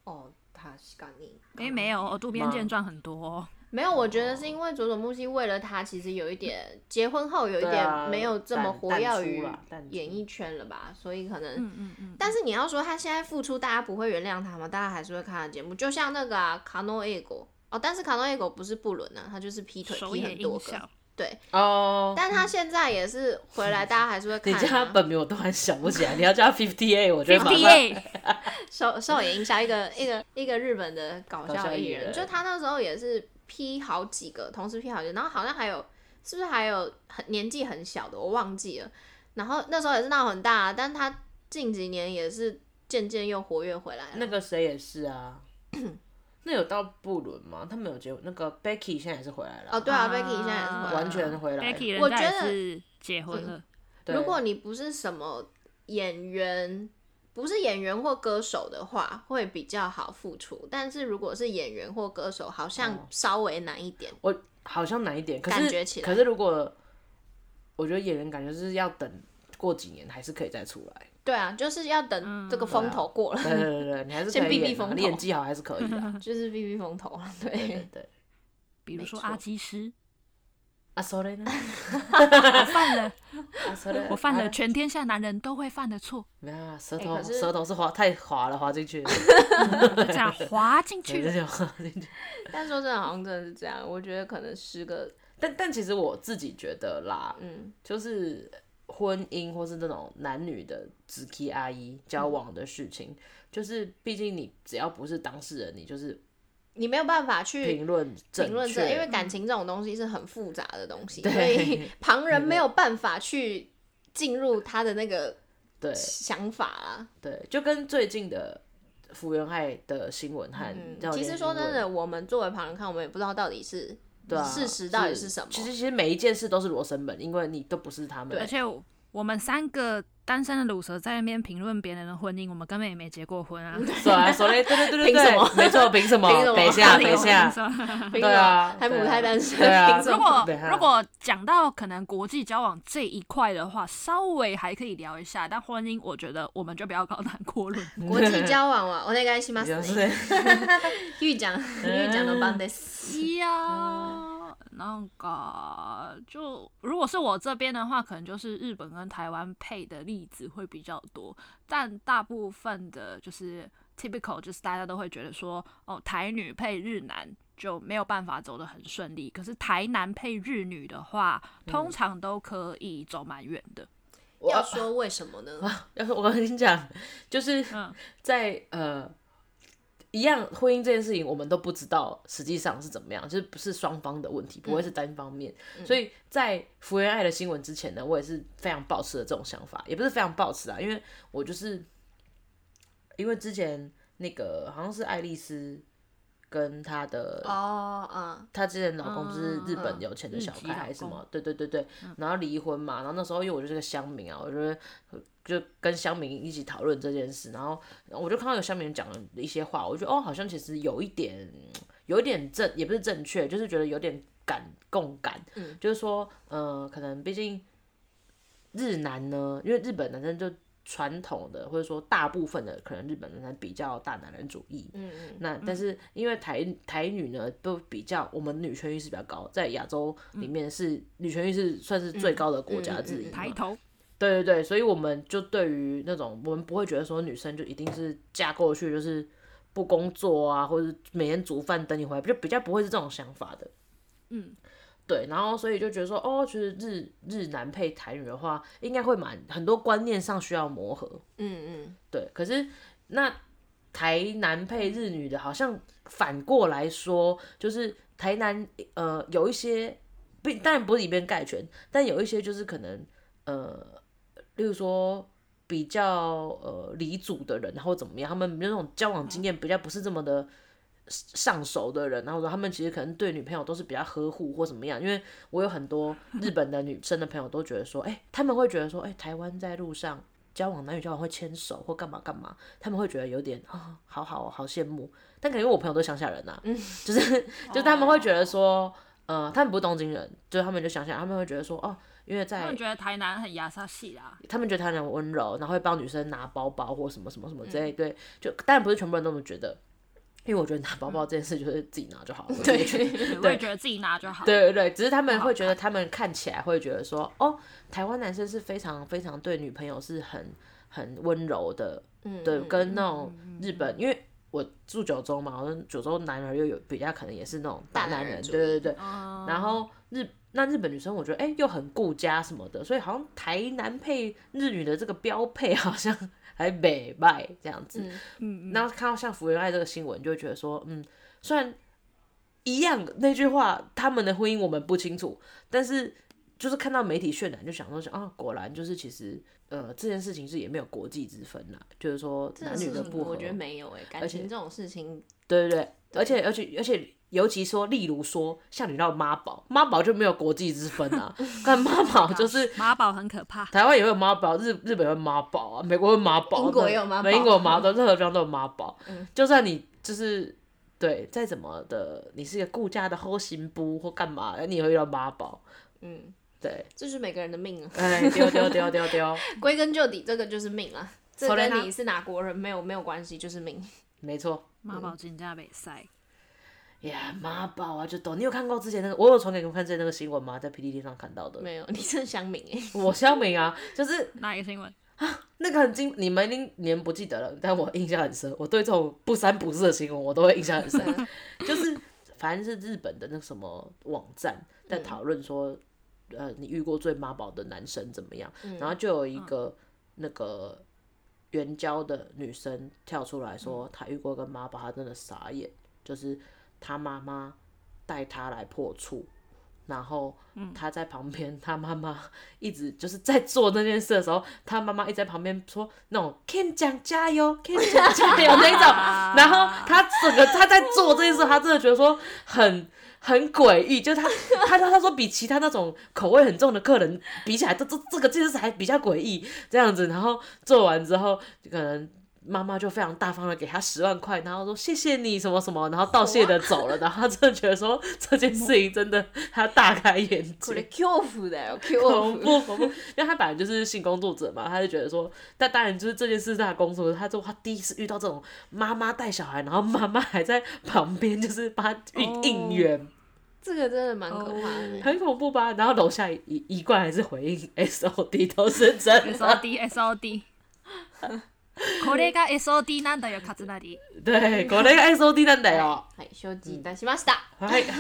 C: 哦，他是干你
A: 哎、没有，哦渡边
B: 吗
A: 健赚很多哦、
C: 没有，我觉得是因为佐佐木希为了他，其实有一点结婚后有一
B: 对啊
C: 点没有这么
B: 淡
C: 活
B: 淡
C: 跃
B: 出
C: 于
B: 啦淡出
C: 演艺圈了吧，所以可能
A: 嗯嗯嗯，
C: 但是你要说他现在付出，大家不会原谅他吗？大家还是会看他的节目，就像那个啊，卡诺埃狗哦，但是卡诺埃狗不是不伦啊，他就是劈腿
A: 手
C: 劈
A: 也
C: 很多
A: 音
C: 个，
A: 效。嗯
C: 对，
B: 哦，
C: 但他现在也是回来，大家还是 会
B: 你
C: 看、
B: 叫他
C: 啊。
B: 本名我突然想不起来，你要叫他 Fifty A，我觉得马
A: Fifty
B: 上
A: A，
C: 受受也影响一个一个一个日本的搞
B: 搞
C: 笑
B: 笑
C: 艺
B: 艺
C: 人，
B: 人
C: 就他那时候也是劈好几个，同时劈好几个，然后好像还有是不是还有很年纪很小的，我忘记了。然后那时候也是闹很大、啊，但他近几年也是渐渐又活跃回来了。
B: 那个谁也是啊。 那有到布伦吗？他们有结那个 Becky 现在也是回来了。
C: 哦，对啊，Becky 现在也是回来了，
B: 完全回来了
A: Becky
C: 我
A: 人
C: 觉
A: 家也
C: 得嗯
A: 是结婚了，
B: 对
C: 如果你不是什么演员，不是演员或歌手的话，会比较好付出。但是如果是演员或歌手，好像稍微难一点。
B: 我好像难一点，可是
C: 感觉起来
B: 可是如果我觉得演员感觉是要等过几年还是可以再出来。
C: 对啊，就是要等这个风头过了，
B: 对对对对，你还是
C: 先
B: 可以
C: 避避
B: 演啊
C: 风
B: 你
C: 头
B: 演技好还是可以的。
C: 就是避避风头 了。
B: 对
C: 对，
B: 对对。
A: 比如说
C: 没错
A: 阿基师，
B: 啊，sorry 呢？
A: 我犯了，
B: 啊，sorry 呢，
A: 我犯了
B: 啊
A: 全天下男人都会犯的错，
B: 没有啊，舌
C: 哎
B: 头
C: 可是
B: 舌头是滑太滑了，滑进 去了，
A: 就这样滑进去
B: 对，这
A: 了。
B: 就滑进去。
C: 但说真的，好像真的是这样。我觉得可能十个，
B: 但但其实我自己觉得啦，
C: 嗯，
B: 就是婚姻或是那种男女的直 K 阿姨交往的事情，就是毕竟你只要不是当事人，你就是
C: 你没有办法去
B: 评论正
C: 评论这，
B: 确
C: 因为感情这种东西是很复杂的东西，
B: 对
C: 所以旁 人没有办法去进入他的那个
B: 对
C: 想法啊啦。
B: 对，就跟最近的福原爱的新闻和
C: 嗯
B: 教
C: 其
B: 练新
C: 实说真
B: 闻
C: 的，我们作为旁人看，我们也不知道到底是
B: 对啊
C: 事实到底是什么
B: 其实其实每一件事都是罗生门，因为你都不是他们。
A: 而且我我们三个单身的乳蛇在那边评论别人的婚姻，我们根本也没结过婚啊。
B: 对啊，所以对对对对
C: 凭什么
B: 对，没错，凭什么？
C: 凭什么
B: 等一下，
C: 凭
B: 等一下，
C: 凭什
B: 对
C: 么
B: 啊
C: 还母
B: 对啊
C: 胎单身？
B: 对啊
C: 凭什
A: 如
C: 么
A: 果
B: 等一下
A: 如果讲到可能国际交往这一块的话，稍微还可以聊一下，但婚姻我觉得我们就不要搞谈阔论。
C: 国际交往啊，我那个西马
B: 你
C: 斯
B: 就是 嗯
C: 玉讲玉讲的 b a n d
A: いやー、なんか啊就如果是我这边的话，可能就是日本跟台湾配的例子会比较多，但大部分的就是 typical，就是大家都会觉得说，哦，台女配日男就没有办法走得很顺利，可是台男配日女的话，通常都可以走蛮远的。
B: 我啊
C: 要说为什么呢？
B: 要是我跟你讲，就是
A: 嗯
B: 在、呃一样婚姻这件事情，我们都不知道实际上是怎么样，就是不是双方的问题，不会是单方面。所以在福原爱的新闻之前呢，我也是非常抱持的这种想法，也不是非常抱持啊，因为我就是因为之前那个好像是爱丽丝跟她的
C: 哦，嗯，
B: 她之前老公不是
A: 嗯
B: 日
C: 嗯
B: 本有钱的
A: 日
B: 小
A: 籍
B: 开
A: 老
B: 还是什
A: 公
B: 么？对对对对，然后离婚嘛，然后那时候因为我就是个乡民啊，我就是就跟乡民一起讨论这件事，然后我就看到有乡民讲了一些话，我觉得哦，好像其实有一点有一点正，也不是正确，就是觉得有点感共感，
C: 嗯
B: 就是说，呃，可能毕竟日男呢，因为日本男生就传统的或者说大部分的可能日本男生比较大男人主义，
C: 嗯嗯，
B: 那但是因为台台女呢，都比较我们女权意识比较高，在亚洲里面是、女权意识算是最高的国家之一
C: 嗯嗯
B: 嘛。
C: 嗯
A: 抬头，
B: 对对对，所以我们就对于那种我们不会觉得说女生就一定是嫁过去就是不工作啊，或者是每天煮饭等你回来，就比较不会是这种想法的。
A: 嗯，
B: 对，然后所以就觉得说，哦，其实日日男配台女的话，应该会蛮很多观念上需要磨合。
C: 嗯嗯，
B: 对，可是那台南配日女的，好像反过来说，就是台南呃有一些，并当然不是以偏概全，但有一些就是可能呃，例如说比较呃离组的人，然后怎么样，他们那种交往经验比较不是这么的。上手的人，然后说他们其实可能对女朋友都是比较呵护或怎么样，因为我有很多日本的女生的朋友都觉得说，哎、他们会觉得说，哎、台湾在路上交往男女交往会牵手或干嘛干嘛，他们会觉得有点啊、好好好羡慕。但可能因为我朋友都乡下人呐、啊，就是 就他们会觉得说，呃，他们不是东京人，就是他们就乡下人，他们会觉得说，哦，因为
A: 他
B: 在
A: 们觉得台南很亚萨系啦，
B: 他们觉得他很温柔，然后会帮女生拿包包或什么什么什么之
A: 嗯
B: 类，对，就当然不是全部人都这么觉得，因为我觉得拿包包这件事就是自己拿就好了， 对
A: 嗯 对 我也觉得自己拿就好。
B: 对对对，只是他们
A: 好
B: 会觉得
A: 看
B: 他们看起来会觉得说，哦，台湾男生是非常非常对女朋友是很很温柔的，
C: 嗯
B: 对，
C: 嗯
B: 跟那种日本，因为我住九州嘛，我们九州男儿又有比较可能也是那种大
C: 大男
B: 男
C: 人
B: 人，
C: 主
B: 对对对，
A: 嗯，
B: 然后日那日本女生，我觉得哎、又很顾家什么的，所以好像台南配日女的这个标配好像 还北拜这样子。
C: 嗯
A: 嗯，嗯
B: 然后看到像福原爱这个新闻，就会觉得说，嗯，虽然一样那句话，他们的婚姻我们不清楚，但是就是看到媒体渲染，就想说啊，果然就是其实呃这件事情是也没有国际之分啦，啊就是说
C: 这
B: 男
C: 种
B: 女
C: 事
B: 的
C: 情
B: 不合，
C: 我觉得没有哎，感
B: 而且
C: 情这种事情，
B: 对对对，而且而且而且，尤其说，例如说，像你到妈宝，妈宝就没有国际之分啊。但妈宝就是
A: 马宝很可怕，
B: 台湾也会有妈宝，日日本也会妈宝啊，美国会妈宝，
C: 英国也有妈宝
B: 美英国有妈宝，任何地方都有妈宝。
C: 嗯
B: 就算你就是对再怎么的，你是一个顾家的后行部或干嘛，你也会遇到妈宝。
C: 嗯，
B: 对，
C: 这是每个人的命啊。
B: 哎，丢丢丢丢丢，
C: 归根究底，这个就是命啊。这
B: 所以呢
C: 跟你是哪国人没有没有关系，就是命。
B: 没错。
A: 马宝真正被塞。
B: 呀，妈宝啊，就懂。你有看过之前那个，我有传给你们看之前那个新闻吗？在 PPT 上看到的。
C: 没有，你是乡民哎。
B: 我肖明啊，就是
A: 哪一个新 闻？
B: 那个很经，你们一定你们不记得了，但我印象很深。我对这种不三不四的新闻，我都会印象很深。就是反正是日本的那什么网站在讨论说，呃，你遇过最妈宝的男生怎么样？然后就有一个、那个援交的女生跳出来说，她遇过一个妈宝，她真的傻眼，就是她妈妈带她来破处。然后她在旁边，她妈妈一直就是在做那件事的时候，她妈妈一直在旁边说那种 “Ken 讲加油，Ken 讲加油”哎那一种，
A: 啊
B: 然后他整个他在做这件事，他真的觉得说很 很诡异，就是他他他他说比其他那种口味很重的客人比起来，这这这个这件事还比较诡异这样子。然后做完之后，可能妈妈就非常大方的给他十万块，然后说谢谢你什么什么，然后道谢的走了。然后他真的觉得说这件事情真的 他大开眼
C: これ
B: 界。
C: 恐怖 だよ、恐
B: 恐
C: 怖。
B: 怖恐 怖，因为他本来就是性工作者嘛，他就觉得说，但当然就是这件事是他的工作，他说他第一次遇到这种妈妈带小孩，然后妈妈还在旁边就是帮他
A: 哦
B: 应应援，
C: 这个真的蛮可怕的欸。
B: 很恐怖吧？然后楼下一一贯还是回应 S O D 都是真
A: S O
B: 的，
A: D S O D，これが S O D なんだよカツナリ。
B: 对，これが S O D 哦なんだよ。
C: はい、承知いたしました。
B: はい。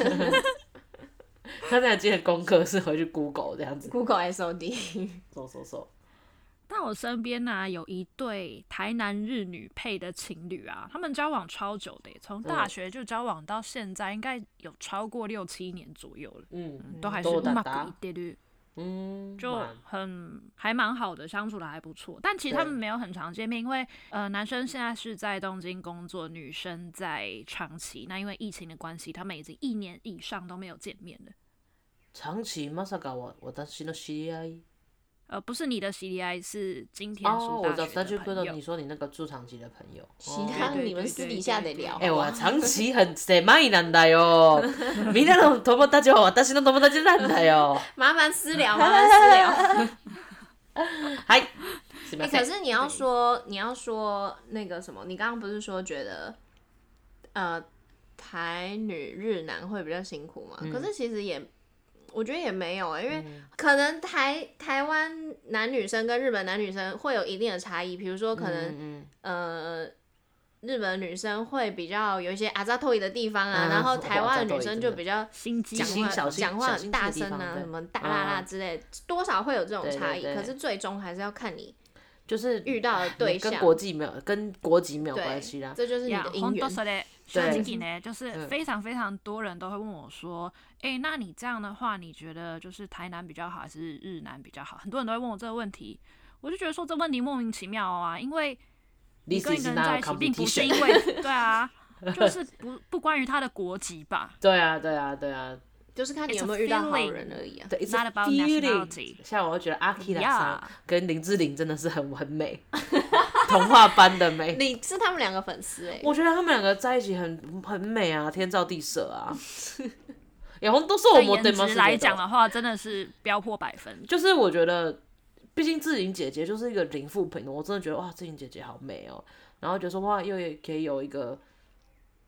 B: 他那今天功课是回去 Google 这样子，
C: Google SOD。
B: 搜搜搜。
A: 但我身边呢、有一对台南日女配的情侣啊，他们交往超久的耶，从大学就交往到现在，应该有超过六七年左右了，
B: 嗯，
A: 都还是
B: 都有
A: う
B: 打
A: ま
B: 打
A: くいってる。
B: 嗯，
A: 就
B: 哇
A: 很还蛮好的，相处的还不错。但其实他们没有很常见面，因为呃，男生现在是在东京工作，女生在长崎。那因为疫情的关系，他们已经一年以上都没有见面了。
B: 长崎まさか我私の知り合い
A: 呃，不是你的 CDI，是今天
B: 哦，
A: 苏
B: 我
A: 大
B: 知道，他
A: 学
B: 就
A: 的朋
B: 跟到
A: 友。
B: 你说你那个住长崎的朋友，
C: 其
B: 哦
C: 他
A: 对对
C: 你们私底下得聊。
A: 对
B: 哎、
C: 好不好
B: 我长崎很狭いなんだ よ。みんなの友達は私の友達なんだよ。
C: 麻烦私 聊，麻烦私聊。
B: はい。すみま
C: 哎、
B: せ
C: 可
B: ん。
C: 是你要说，你要说那个什么，你刚刚不是说觉得，呃，台女日男会比较辛苦吗？
B: 嗯
C: 可是其实也，我觉得也没有、欸，因为可能台台湾男女生跟日本男女生会有一定的差异，比如说可能、
B: 嗯
C: 呃，日本女生会比较有一些阿扎托伊的地方啊，
B: 嗯
C: 然后台湾
B: 阿扎
C: 的
B: 托
C: 女
B: 伊
C: 生
B: 真
C: 就
B: 的
C: 比较
A: 心机
C: 讲
B: 心
C: 话
B: 小心
C: 讲话
B: 小
C: 很
B: 心
C: 大
B: 这个地
C: 声
B: 方
C: 啊，
B: 对
C: 什么大啦啦
B: 嗯
C: 之类，多少会有这种
B: 对对
C: 差异。
B: 对
C: 可是最终还是要看你
B: 就是
C: 遇到的对象
B: 跟国际没有跟国籍没有关系啦
C: 对，。这就是你
A: 呀
C: 的，
A: 红
C: 姻
A: 豆
C: 缘。
A: 色的
B: 对
A: 相亲呢，就是非常非常多人都会问我说，哎、那你这样的话，你觉得就是台南比较好还是日南比较好？很多人都会问我这个问题，我就觉得说这问题莫名其妙啊，因为你
B: This
A: 跟一
B: is
A: 个人
B: not
A: 在
B: a
A: 一起，并不是因为对啊， 就是不不关于他的国籍 吧。
B: 对啊，对啊，对啊，
C: 就是看你
A: It's
C: 有
A: a
C: 没有遇到好
A: feeling
C: 人而已啊。
B: 对，it's a
A: Not about nationality
B: feeling。像我就觉得阿 Kira
A: 呀
B: 桑跟林志玲真的是很完美， 童话般的美。
C: 你是他们两个粉丝哎、
B: 我觉得他们两个在一起很很美啊，天造地设啊。 然后都是我
A: 对
B: 们
A: 颜
B: 对吗？
A: 值来讲的话，真的是飙破百分。
B: 就是我觉得，毕竟志玲姐姐就是一个零负评的，我真的觉得哇，志玲姐姐好美哦、然后就说哇，又也可以有一个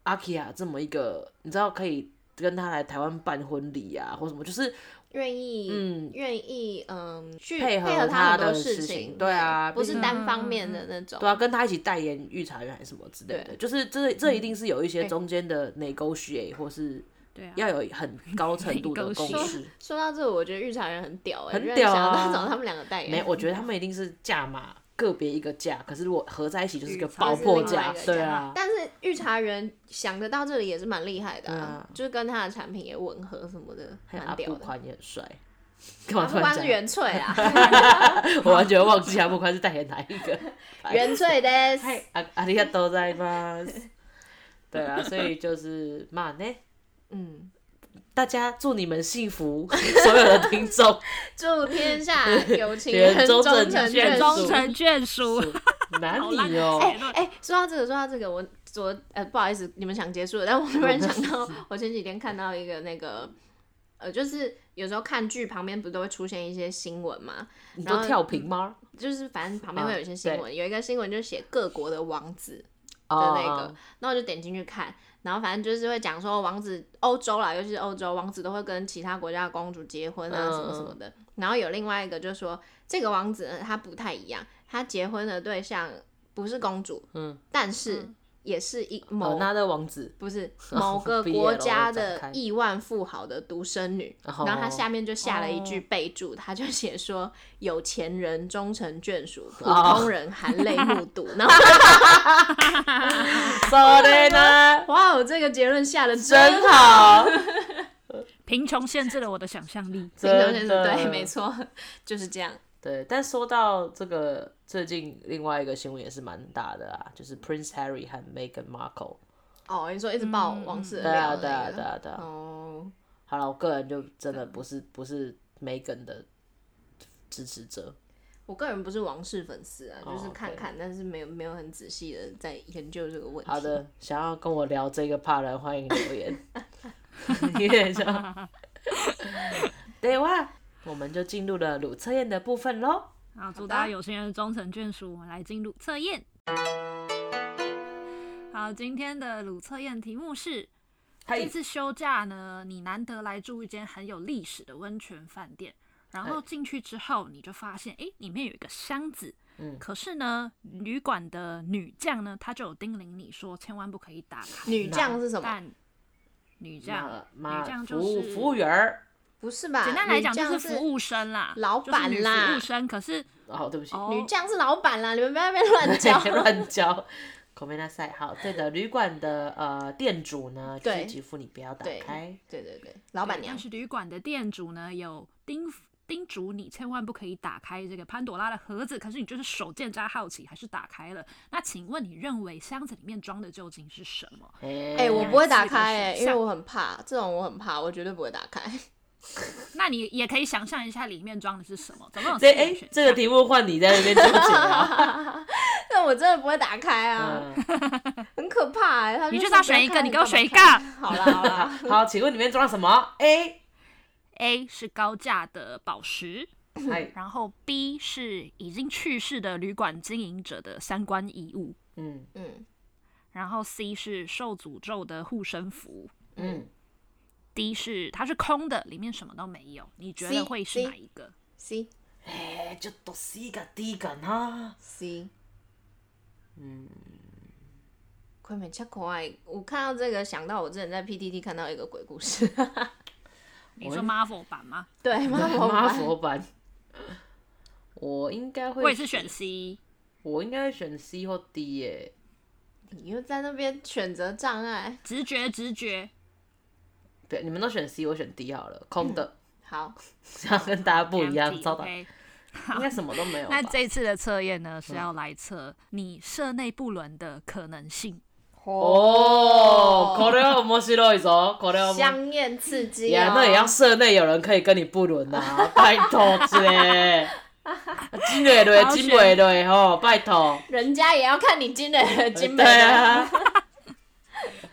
B: 阿 k 亚这么一个，你知道可以跟她来台湾办婚礼啊，或什么，就是
C: 愿意
B: 嗯
C: 愿意嗯去
B: 配合
C: 合
B: 他
C: 很多
B: 的
C: 事
B: 事情
C: 情，
B: 对啊
C: 不是
B: 毕竟
C: 单方面
A: 嗯
C: 的那种。
B: 对啊，跟她一起代言御茶园还是什么之类的，
C: 对
B: 就是这这一定是有一些
C: 哎
B: 中间的 negotiate 或是
A: 对啊，
B: 要有很高程度的共
A: Negotiate
B: 识。
C: 说到这，我觉得玉茶人很屌哎、
B: 很
C: 居然
B: 屌啊
C: 想到找他们两个代言。
B: 没，我觉得他们一定是价码个别一个价，可是如果合在一起就是个
A: 御茶
B: 爆
A: 园
B: 破
A: 就是另外
B: 价
A: 一个，
B: 对
A: 价
B: 啊。
C: 但是御茶园想得到这里也是蛮厉害的、啊
B: 啊，
C: 就是跟他的产品也吻合什么的，
B: 还有
C: 蛮
B: 阿
C: 屌
B: 布
C: 的。
B: 宽也很帅，干嘛
C: 不
B: 突然
C: 光
B: 讲
C: 是？原 萃啊，
B: 我完全忘记阿布宽是代言哪一个。
C: 原萃的，
B: あありがとうございます。对啊，所以就是嘛呢，
C: 嗯，
B: 大家祝你们幸福，所有的听众
C: 祝天下有情 人
B: 人
C: 终
B: 终
C: 成
B: 成眷
C: 眷
A: 终
B: 属
C: 属。
A: 成眷属，
B: 难
A: 好烂
B: 你
A: 的
B: 哦、
A: 结论。
C: 哎、说到这个，说到这个，我昨呃不好意思，你们想结束了， 但我突然想到，我前几天看到一个那个，呃，就是有时候看剧旁边不都会出现一些新闻嘛，
B: 你
C: 然
B: 都
C: 后
B: 跳屏吗？
C: 就是反正旁边会有一些新
B: 啊
C: 闻，有一个新闻就是写各国的王子，
B: 哦
C: 的那个，那我就点进去看，然后反正就是会讲说王子欧洲啦，尤其是欧洲王子都会跟其他国家的公主结婚啊，
B: 嗯
C: 什么什么的。然后有另外一个就说这个王子呢他不太一样，他结婚的对象不是公主，
B: 嗯，
C: 但是也是一
B: 某
C: 某、
B: 那的王子，
C: 不是
B: 哦
C: 某个
B: 毕业
C: 国
B: 了
C: 家
B: 我展
C: 的
B: 开哦
C: 亿万富豪的独生女，
B: 然
C: 然后他下面就下了一句
B: 哦
C: 备注，他就写说有钱人终成 眷属，普
B: 哦
C: 通人含泪目 睹。然后
B: 说的呢，
C: 哇，哦我这个结论下的真
B: 真好，
A: 贫穷限制了我的想象力。
C: 冰冻先
B: 真
C: 生，
B: 的
C: 对，没错，就是这样。
B: 对，但说到这个，最近另外一个新闻也是蛮大的啊，就是 Prince Harry 和 Meghan Markle。
C: 哦，你说一直爆王室的
B: 对啊，
C: 料
B: 对
C: 那
B: 啊，
C: 个
B: 对啊，对
A: 嗯
B: 啊。
C: 哦，
B: 好了，我个人就真的不是不是 Meghan 的支持者。
C: 我个人不是王室粉丝啊，
B: 哦
C: 就是看看，但是没有没有很仔细的在研究这个问题。
B: 好，的，想要跟我聊这个怕人，欢迎留言。 你也 想？对哇，我们就进入了鲁测验的部分喽。
A: 啊，祝大家有情人终成眷属。我们来进入测验。好，今天的鲁测验题目是：这
C: 哎
B: 嘿，
A: 次休假呢，你难得来住一间很有历史的温泉饭店，然
C: 哎
A: 后进去之后，你就发现，诶，里面有一个箱子。
B: 嗯
A: 可是呢，旅馆的女将呢，她就有叮咛你说，千万不可以打开。
C: 女将是什么？
A: 但女将，
B: 妈
A: 女将
B: 妈，
A: 就
B: 服
A: 是
B: 务服务员儿。
C: 不是吧？
A: 简单来讲
C: 啊女将
A: 就是是服务生啦，
C: 老
A: 就是
C: 板
A: 女
C: 啦
A: 服务生。可是
B: 哦，对不起，。
A: 哦
C: 女将是老板啦，你们不要被 乱讲
B: 乱教。口没那塞，好，对的，旅馆的呃店主呢，就
C: 对
B: 是嘱咐你不要打
C: 对
B: 开。
C: 对对对，老板娘
A: 但是旅馆的店主呢，有叮叮嘱你千万不可以打开这个潘朵拉的盒子，可是你就是手贱加好奇，还是打开了。那请问你认为箱子里面装的究竟是什么？
C: 哎、
B: 哎
C: 我不会打开
A: 这个
C: 哎、
A: 选项
C: 因为我很怕这种，我很怕，我绝对不会打开。
A: 那你也可以想象一下里面装的是什么，总共有四
B: 这
A: 个
B: 哎
A: 选项。
B: 这个题目换你在那边纠结 啊。
C: 但我真的不会打开啊，
B: 嗯
C: 很可怕哎、他
A: 你
C: 就
A: 就是
C: 说
A: 要选一个你给我选一个。
C: 不要看你干嘛看好啦好啦，
B: 好，请问里面装了什么？A，
A: A 是高价的宝石，
B: 哎，
A: 然后 B 是已经去世的旅馆经营者的相关遗物，
B: 嗯
C: 嗯，
A: 然后 C 是受诅咒的护身符
B: 嗯，
A: ，D 是它是空的，里面什么都没有。你觉得
C: C，
A: 会是
C: C
A: 哪一个？
C: C
B: 哎，ちょっと C か D かな。
C: C，嗯，快美恰可爱，我看到这个想到我之前在 PTT 看到一个鬼 故事，
A: 你说 Marvel 版吗？
C: 对，妈妈
B: 妈佛版，我应该会，
A: 我也是选 C。
B: 我应该会选 C 或 D 耶。
C: 你又在那边选择障碍，
A: 直觉，直觉，
B: 对，你们都选 C，我选 D 好了，空的，
C: 好，
B: 这样跟大家不一样，
A: empty，
B: 糟蹋，
A: OK
B: 应该什么都没有吧
A: 那。这次的测验呢，
B: 嗯
A: 是要来测你社内不伦的可能性。
B: 哦，これは面白いぞ，これは面
A: 啊
B: 白い。
C: 香艳刺激、哦，
B: 呀，那也要社内有人可以跟你不伦 啊，拜托啊嘞，金蕊蕊、金蕊蕊吼，拜托。
C: 人家也要看你金的金
B: 对
C: 本
B: 啊，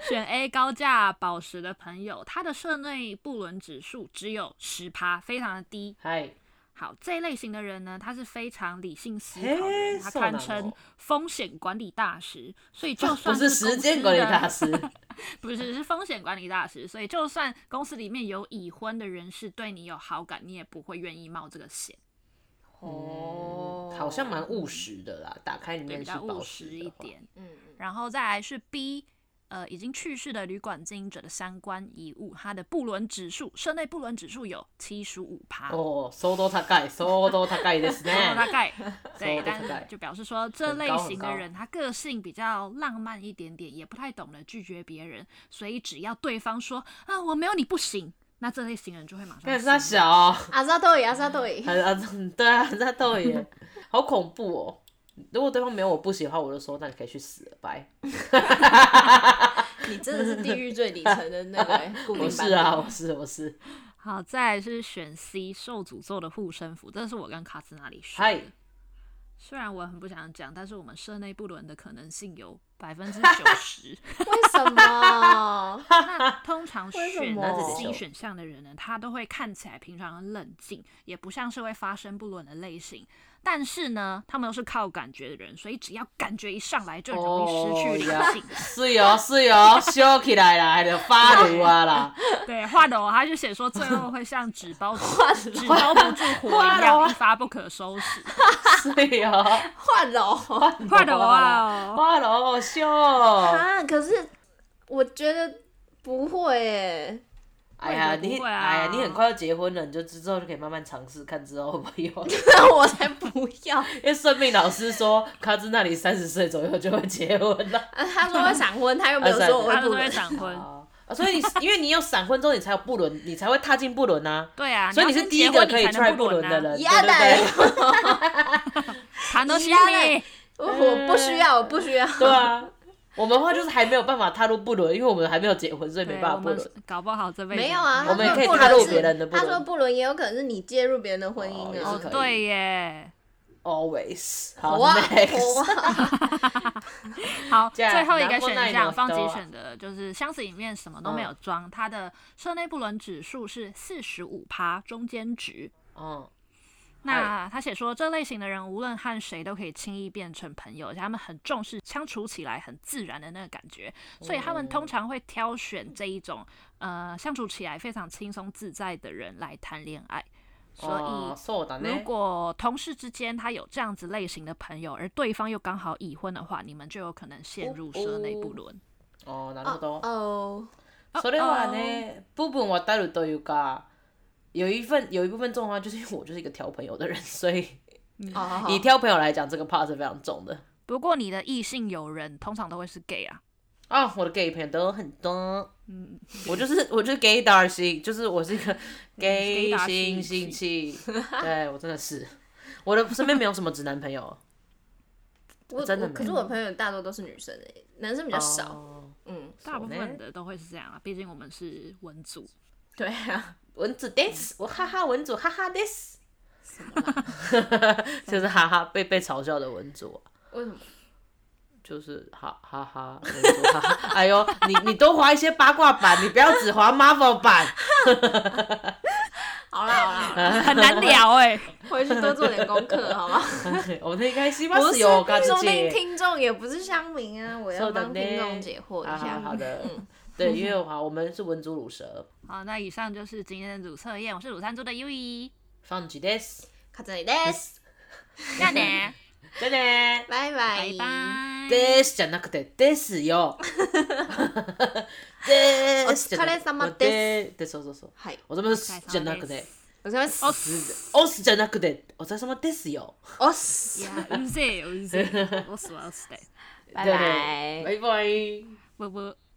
A: 选 A 高价宝石的朋友，他的社内不伦指数只有十趴，非常的低。
B: 嗨，
A: 好，这一类型的人呢，他是非常理性思考的人，
B: 嘿
A: 他
B: 受难
A: 堪称
B: 哦
A: 风险管理大师。所以就
B: 不
A: 算
B: 是
A: 是公
B: 时
A: 司
B: 间管理
A: 的
B: 大师，
A: 不是，是风险管理大师。所以，就算公司里面有已婚的人士对你有好感，你也不会愿意冒这个险，
C: 哦
B: 嗯好像蛮务实的啦。打开里
A: 对，
B: 面
A: 比
B: 是
A: 较务
B: 宝
A: 实
B: 石
A: 一
B: 的话，
A: 点。
C: 嗯嗯
A: 然后再来是 B，呃，已经去世的旅馆经营者的相关遗物，它的不伦指数，社内不伦指数有七十五趴。
B: 哦，相当高い、相当高 いです
A: 大
B: ね。
A: 概对
B: 说，
A: 但
B: 大概
A: 是就表示说这
B: 很
A: 类
B: 高很
A: 型的
B: 高
A: 人，他个性比较浪漫一点点，也不太懂得拒绝别人，所以只要对方说啊我没有你不行，那这类型人就会马上
B: 但是
A: 信
B: 他
A: 了
B: 小哦，
C: 阿扎豆也阿扎豆也，
B: 很啊，对啊，在逗耶，好恐怖哦。如果对方没有我不喜欢，我就说那你可以去死了，拜。
C: 你真的是地狱最底层的那个 欸固定
B: 我
C: 版。
B: 是啊，我是我是，
A: 好，再来是选 C 受诅咒的护身符，这是我跟卡斯那里选。
B: 嗨，
A: 虽然我很不想讲，但是我们社内不伦的可能性 有百分之九十。
C: 为什么？
A: 那通常
C: 为什
A: 选
C: 么
B: 那这
A: C
B: 里
A: 选项的人呢，他都会看起来平常很冷静，也不像是会发生不伦的类型。但是呢，他们都是靠感觉的人，所以只要感觉一上来，就容易失去理性。
B: 是哦是哦，修起来啦，还得发炉啊 啦，
A: 对，画的我他就写说，最后会像纸 包纸包不住火一
C: 哦
A: 样，一发不可收拾。
B: 是哦，
C: 换楼
A: 画的我啊哦，
B: 发炉修，
C: 啊！可是我觉得不会诶，
B: 哎呀
A: 不会
B: 你，
A: 啊
B: 哎呀你很快要结婚了，你就之后就可以慢慢尝试看之后会 不会有，
C: 那 我才不要。
B: 因为算命老师说卡兹那里三十岁左右就会结婚了，
C: 啊他说会闪婚，他又没有
B: 啊闪
C: 说我
A: 他
C: 会
A: 都
C: 不
A: 会
C: 能。
A: 闪婚。
B: 哦啊，所以你因为你有闪婚之后，你才有不伦，你才会踏进不伦啊。
A: 对啊，
B: 所以
A: 你
B: 你
A: 要
B: 是
A: 先
B: 第一
A: 结婚
B: 个可以
A: 你才能
B: 踹
A: 不啊
B: 不伦
A: 伦
B: 的人，对
C: 呀
B: 不对？
A: 谈都心
C: 一样
A: 里
C: 的我我不需要，我不需要。
B: 对啊，我们的话就是还没有办法踏入不伦，因为我们还没有结婚，所以没
A: 对，
B: 办法
A: 我
B: 不
A: 们
B: 伦。
A: 是搞不好这辈子
C: 没有啊，
B: 我们也
C: 他
B: 可以
C: 说不
B: 踏入
C: 伦
B: 别人
C: 是
B: 的，不
C: 他说
B: 伦
C: 不伦也有可能是你介入别人的婚
B: 哦
C: 姻
B: 也是
C: 啊
A: 哦
B: 可，以。
A: 对耶。
B: Always 好
C: 火啊
B: next，
C: 火 啊！
A: 好，
B: じゃあ
A: 最后一个
B: 何もな
A: 选
B: いの
A: 项，
B: 人
A: 方吉
B: は
A: 选的就是箱子里面什么都没有装，它的社内不伦指数是四十五趴，中间值。
B: 嗯，
A: 那他写说，这类型的人无论和谁都可以轻易变成朋友，而且他们很重视相处起来很自然的那个感觉，所以他们通常会挑选这一种呃相处起来非常轻松自在的人来谈恋爱。所以
B: 哦そうだ
A: 如
B: ね。
A: 果同事之间他有这样子类型的朋友，而对方又刚好已婚的话，你们就有可能陷入社内不伦。
B: 哦、なるほど。
C: 哦，
B: それはね、部分はるというか。有一份有一部分重的话，就是因为我就是一个挑朋友的人，所以
C: 好好好
B: 以挑朋友来讲，这个 part 是非常重的。
A: 不过你的异性友人通常都会是 gay 啊，
B: 啊、我的 gay 朋友都很多。我就是我就是 gay 达星，就是我是一个 gay
A: 达
B: 星
A: 星
B: 星气， 对我真的是，我的身边没有什么直男朋友，
C: 我
B: 真的
C: 我
B: 没
C: 可是
B: 有
C: 我朋友大多都是女生诶，男生比较少。
B: 哦
C: 嗯，
A: 大部
B: 手呢
A: 分的都会是这样啊，毕竟我们是文组。
C: 对 啊，
B: 蚊子 this，我哈哈蚊子哈哈 this，
C: 什么啦？
B: 就是哈哈被被嘲笑的蚊子啊、
C: 为什么？
B: 就是哈哈哈，蚊子哈哈 哎呦，你你多划一些八卦版，你不要只划 Marvel 版，
C: 好啦好啦 好啦，
A: 很难聊哎、
C: 回去多做点功课，好吗？
B: 我那该西巴
C: 不
B: 斯
C: 是，
B: 有嘎子
C: 说不定
B: 姐。
C: 听众也不是乡民啊，我要帮听众解惑
B: 啊
C: 一
B: 好好
C: 下。
B: 的，对，因为我好，我们是文竹乳蛇，
A: 好，那以上就是今天的主测验，我是乳山猪的 U 一，
B: 放几 this，
C: 卡这里 this，
A: 那呢，
B: 真的
C: 拜
A: 拜
C: 拜。
A: 拜。
B: ，this じゃなくて this よ ，this じゃなくて
C: お疲れ様
B: で。
C: です
B: そうそうそう。
C: はい、
B: お疲れ様です
A: お疲れ様です
B: じゃなくて、
C: お疲れ様です。
B: 哦
A: おっ
B: おすじゃなくて、お疲れ様ですよ。
C: おっす。
A: 呀， うぜえようぜえ，我死我死的，
C: 拜
B: 对
C: 拜。
B: 拜拜。
A: 啵啵。